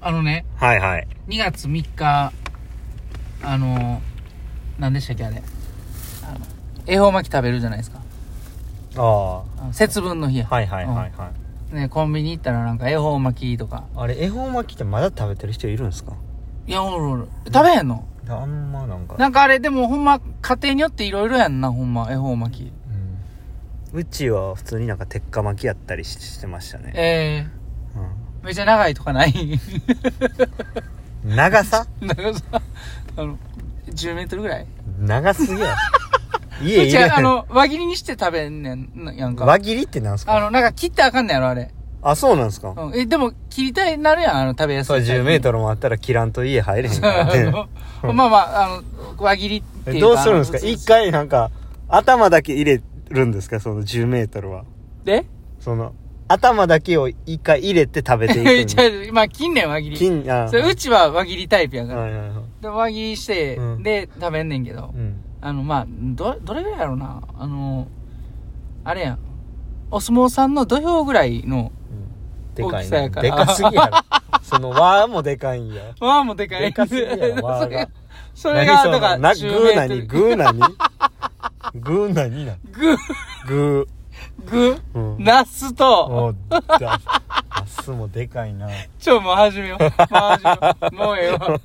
あのね、はいはい。 2月3日、あの、何でしたっけ、あれ。あの、恵方巻き食べるじゃないですか。ああ。はあの節分の日や。いはいはいはい。ね、コンビニ行ったらなんか恵方巻きとか。あれ、恵方巻きってまだ食べてる人いるんですかいや、おるおる。食べへんのあんまなんか。なんかあれ、でもほんま、家庭によっていろいろやんな、ほんま、恵方巻き。うん、うちは普通になんか鉄火巻きやったりししてましたね。えー、めっちゃ長いとかない うん、長さ長さ、あの、10メートルぐらい長すぎ や。う家いちれあへん。の、輪切りにして食べんねん、やんか。輪切りってなんすあかの、なんか切ってあかんねんやろ、あれ。あ、そうなんすか、うん。え、でも、切りたいなるやん、あの、食べやすいそタうイプ。 10メートルもあったら切らんと家入れへんから あね。のまあまあ、あの、輪切りっていうか。どうするんですかあの一。回なんか、頭だけ入れるんですかその10メートルは。でその、頭だけを一回入れて食べて いくんち で。ゃうまあ、近年輪切り。金、あそれ、うちは輪切りタイプやから。はいはいはい。で輪切りして、うんで、食べんねんけど。うん。あの、まあ、ど、どれぐらいやろうな。あの、あれやん。お相撲さんの土俵ぐらいの、でか大きいさやね。からでかすぎやろ。 その輪もでかいんや。わあもうでかい。でかすぎ やろわーがそれが、何だから、な、グ10ーメなートに、ルグーなにグーなにな。グー、ググー。うー、ん。ナスと、もう、だ、明日もでかいな。ちょ、もう始めよう。もう始めよう。もうええわ。もう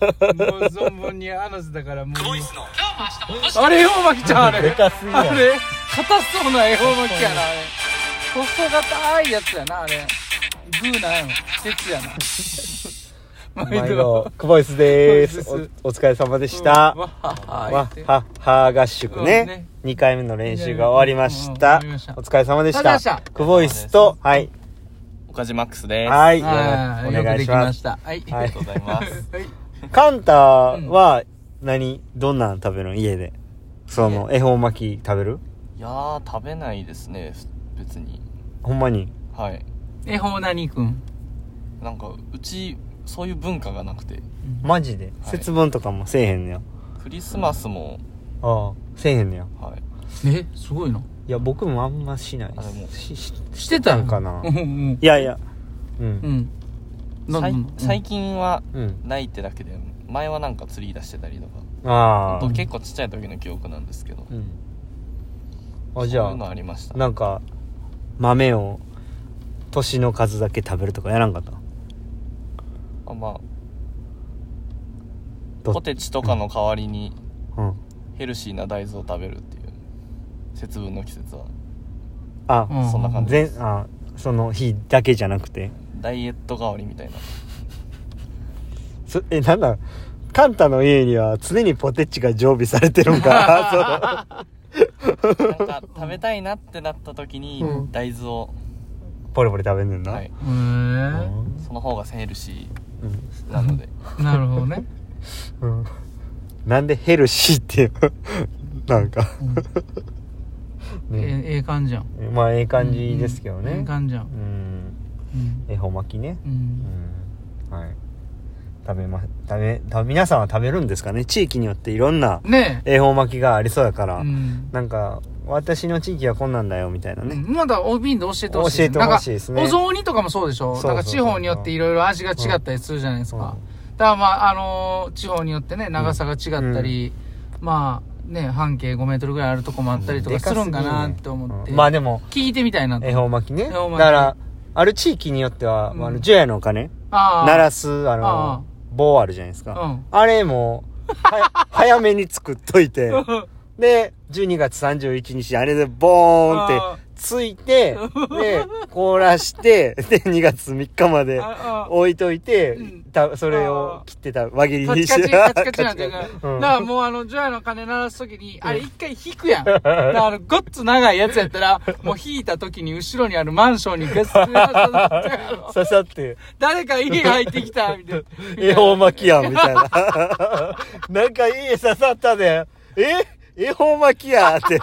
存分に話せたからもう。あれ、恵方巻きちゃん、あれ。でかすぎやろあれ、硬そうな恵方巻きやな、あれ。細硬いやつやな、あれ。グーなんやろ。鉄やな。毎度、クボイスでーすクボイスで。おお疲れ様でしわた。っはっは言わっ。ってはっは合宿うんねね。 2回目の練習が終わりましうた。んうんうん終わりましたお疲れ様でしお疲れ様たでした。クボイスと、はい。岡島マックスです。あはい。よあーろしくおよく願いでしきまましす。た。はい。はりがとうございます。 はいカンタは何、どんなん食べるの家で。その、恵方巻き食べるいやー、食べないですね、ふ別に。ほんまに。はい。え、ほうなにくん。なんか、うち、そういう文化がなくて、マジで、はい節分とかもせえへんのよ。クリスマスも、ああ、せえへんのよ。はい。え、すごいな。いや、僕もあんましないあでもし、ししてたのんかなうんうんいやいや。う。うんん。なさいなな最近は、うん。ないってだけで、前はなんか釣り出してたりとか、ああ。と結構ちっちゃい時の記憶なんですけど、うん。そあ、うじゃいうのあ、ありました。なんか、豆を、年の数だけ食べるとかやらんかったあまあ、どポテチとかの代わりに、うん。ヘルシーな大豆を食べるっていう、節分の季節は。あ、そんな感じ全、あ、その日だけじゃなくて。ダイエット代わりみたいな。そえ、なんだカンタの家には常にポテチが常備されてる んか。なんか、食べたいなってなった時に、うん大豆を、そうポリポリ食べんねんな。はい。へーその方がヘルシうんーなのでなるほどね。うんなんでヘルシーっていう なんかえね、ええ感じやん。まあええ感じですけどうんうんえねえ感じや。うんんうん恵方巻きねう。うんんはい食べま食べ食べ皆さんは食べるんですかね地域によっていろんなね恵方巻きがありそうだから、え。うん。なんか私の地域はこんなんだよみたいなね、まだお瓶で教えてほしい。教えてほしいですねなんかお雑煮とかもそうでしょそうそうなんか地方によっていろいろ味が違ったりするじゃないですか。だからまあ、あのー地方によってね、長さが違ったり、まあ、ね、半径5メートルぐらいあるとこもあったりとかするんかなって思って。うんまあでも聞いてみたいなと。恵方巻きね恵だ方巻きからある地域によっては、うんあの除夜のお金ああ。鳴らすあのああ棒あるじゃないですか、うんあれも は早めに作っといてで12月31日あれでボーンああってつ いてで凍らしてで2月3日ま でああ置いといて、うんたそれを切ってた輪切りカチにカしチてカチカチなんて いうか、だうんからもうあの、ジョヤの鐘鳴らすときに、あれ一回引くやん。だからあの、ごっつ長いやつやったら、もう引いたときに後ろにあるマンションにガスガスガスってあ の刺さって誰か家入ってきたみたいな。 恵方巻きやんみたいな なんかいい刺さったでえ恵方巻きやって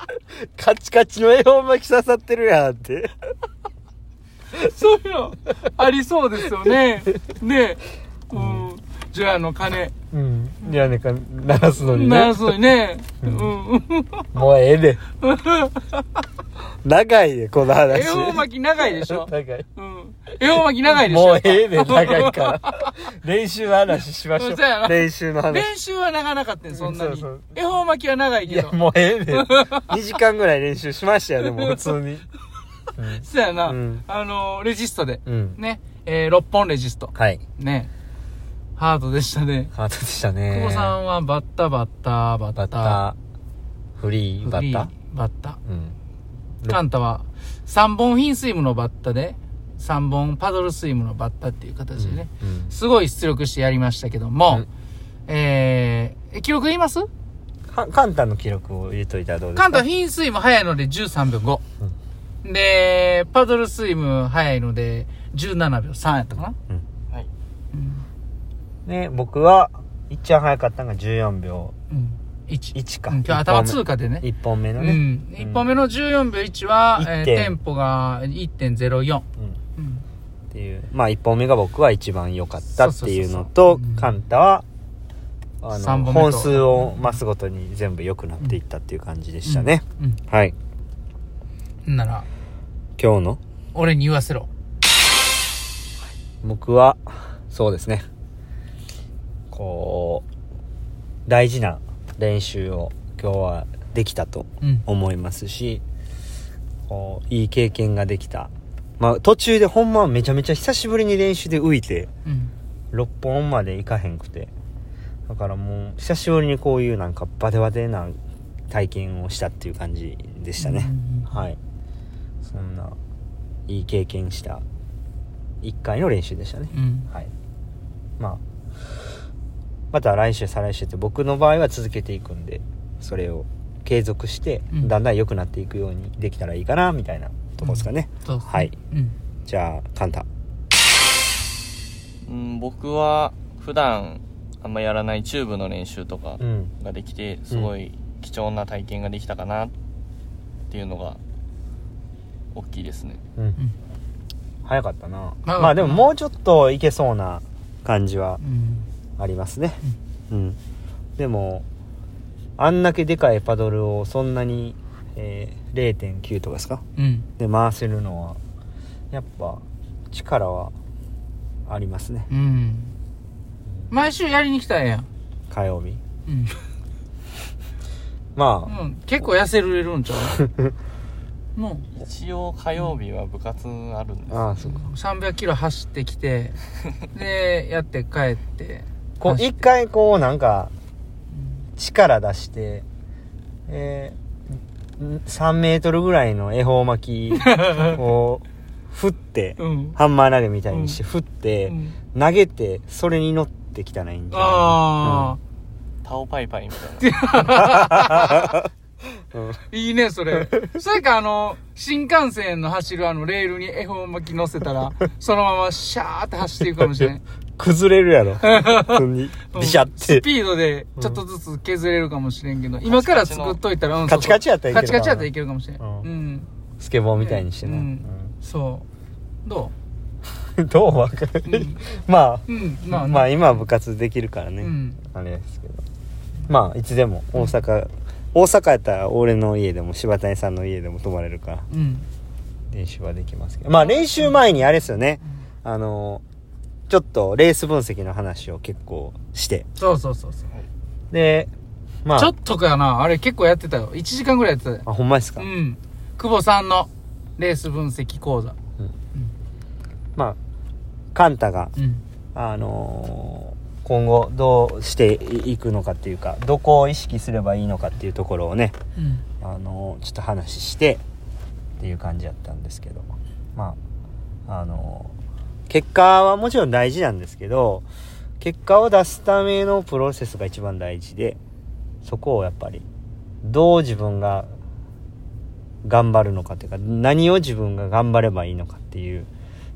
カチカチの恵方巻き刺さってるやんってそういうの、ありそうですよね。ねえ。うん。ジョヤの鐘、うん。屋根か鳴らすのに鳴ら ね。すのにね。うん。もうええで。長いね、この話。恵方巻き長いでしょ 長い。うん恵方巻き長いでしょもうええね、長いから。練習の話しましょそうやなう。練習の 話。練習は長なかったんそんなうんにそうそう恵方巻きは長いいけや、どもうええ ね。2時間ぐらい練習しましたよ、でも、普通に。そうやな、うんあのレジストで、うん。ね、えー、6本レジストはい。ねハードでしたねハートでしたね。久保さんはバッタバッタバッタバッタフリーフバリッータバッタうん。カンタは3本フィンスイムのバッタで3本パドルスイムのバッタっていう形でね、うんすごい出力してやりましたけども、えーえ記録言いますかカンタの記録を入れといたらどうですカかンタフィンスイム早いので13秒5、でパドルスイム早いので17秒3やったかな、はいうんね、僕は、一番早かったのが14秒うん、1 1か。うん今日頭通過でね1本目のうね。ん、1本目の14秒1は、えー1.0テンポが1.04、うんうん、っていう。まあ、1本目が僕は一番良かったっていうそうのそうとそうそううん、カンタは、あ三の、本目と本数を増すごとに全部良くなっていったっていう感じでしたね。うんはい。うんなら今日の俺に言わせろ僕はそうですねこう大事な練習を今日はできたとうん思いますしこういい経験ができた、まあ、途中でほんまめちゃめちゃ久しぶりに練習で浮いてうん6本までいかへんくてだからもう久しぶりにこういうなんかバテバテな体験をしたっていう感じでしたね、うんはいそんないい経験した1回の練習でしたね、うんはい、まあまた来週再来週って僕の場合は続けていくんでそれを継続してうんだんだん良くなっていくようにできたらいいかなみたいなとこですかね、そうですねはいうんじゃあカンタうん僕は普段あんまやらないチューブの練習とかうんができてすごい貴重な体験ができたかなっていうのが大きいですねうん、早かったなたなまあでももうちょっといけそうな感じはうんありますねうん、でもあんだけでかいパドルをそんなに、えー0.9とかですかうんで回せるのはやっぱ力はありますねうん毎週やりに来たらええやん火曜日うんまあ、うん結構痩せるれるんちゃ うも一応火曜日は部活あるんですああそうかう300キロ走ってきてでやって帰ってこう走っ一回こうなんか力出してえー、3メートルぐらいの恵方巻 きを振って、うんハンマー投げみたいにして振って、うん投げてそれに乗ってきたらいいんじゃないあタオパイパイみたいなうんうんあいいねそ れそれかあの新幹線の走るあのレールに恵方巻き乗せたらそのままシャーって走っていくかもしれん崩れ るやろ普通に ビシャっスてピードでちょっとずつ削れるかもしれんけど、今から作っといたら、うんカチカチやったらいけカるチかなカチやったらいけるかもしれん、ううんんスケボーみたいにしてな、うんそうどうん どうわかる、う、うん、まあうんままああ、ね今は部活できるからね、うんあれですけどまあいつでも大阪、大阪やったら俺の家でも柴谷さんの家でも泊まれるからうん練習はできますけどまあ練習前にあれですよね、あのちょっとレース分析の話を結構してそうそうそうそう、でまあちょっとかなあれ結構やってたよ1時間ぐらいやってたよあほんまですうか、ん久保さんのレース分析講座まあカンタがうんあのー今後どうしていくのかっていうかどこを意識すればいいのかっていうところをねうんあのちょっと話してっていう感じやったんですけどまああの結果はもちろん大事なんですけど結果を出すためのプロセスが一番大事でそこをやっぱりどう自分が頑張るのかっていうか何を自分が頑張ればいいのかっていう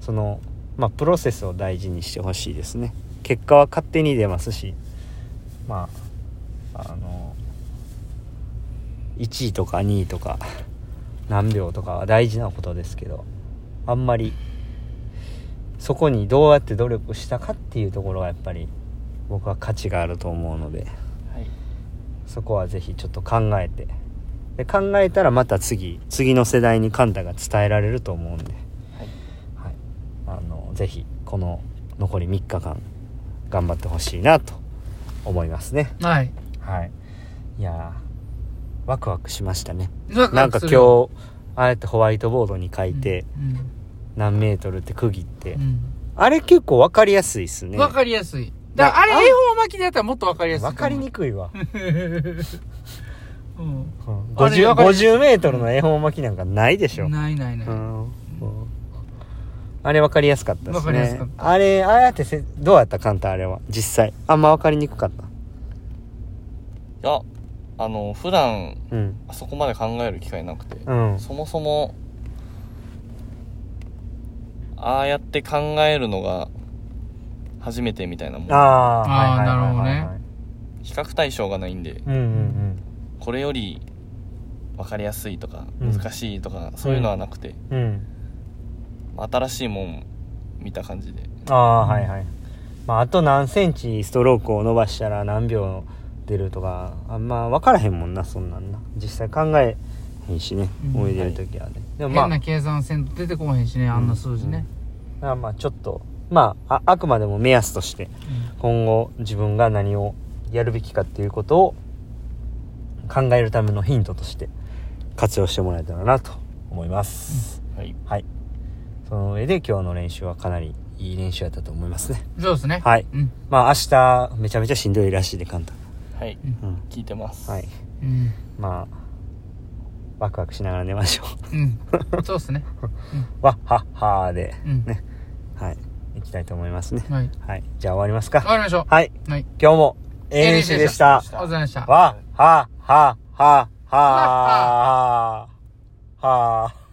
その、まあ、プロセスを大事にしてほしいですね結果は勝手に出ますしまああの1位とか2位とか何秒とかは大事なことですけどあんまりそこにどうやって努力したかっていうところがやっぱり 僕は価値があると思うのではいそこはぜひちょっと考えてで考えたらまた次次の世代にカンタが伝えられると思うんで、はいはい、あのぜひこの残り3日間頑張ってほしいなと思いますねはい。はいいやーワクワクしましたねななんか今日日あれってホワイトボードに書いて、、何メートルって区切って、うんうんあれ結構分かりやすいっすねわかりやすい。だからあれだあ恵方巻きだったらもっとわかりやすいと分思う。かりにくいわ、うん。うんあれ50分かりやすい50メートルの恵方巻きなんかないでしょないないない。うんあれ分かりやすかったで分すかりやすねかったあれああやってせどうやったカンタあれは実際あんま分かりにくかったやあの普段うんあそこまで考える機会なくて、うんそもそもああやって考えるのが初めてみたいなもんあああーはいはいはいはいなるほどね比較対象がないんでうんうんこれより分かりやすいとかうん難しいとか、そういうのはなくて、うんうんまあ新しいもん見た感じでああはいはい、まあ、あと何センチストロークを伸ばしたら何秒出るとかあんま分からへんもんなそんなんな実際考えへんしねうん思い出る時はね、でもまあ変な計算せんと出てこまへんしね、あんな数字ね。まあまあちょっとまあああくまでも目安として今後自分が何をやるべきかっていうことを考えるためのヒントとして活用してもらえたらなと思います、はいはいその上で今日の練習はかなりいい練習やったと思いますねうんそうですね。はいうん。まあ明日めちゃめちゃしんどいらしいで簡単はいうん聞いてます、はいうん。まあワクワクしながら寝ましょうん。そうですね。う わっはっはーでうん。ねはいいきたいと思いますねはい。はいじゃあ終わりますわかかりましょ。はいうはい。今日も NHC でしたありがとうございました。 わ、は、は、は、は、は、は、は、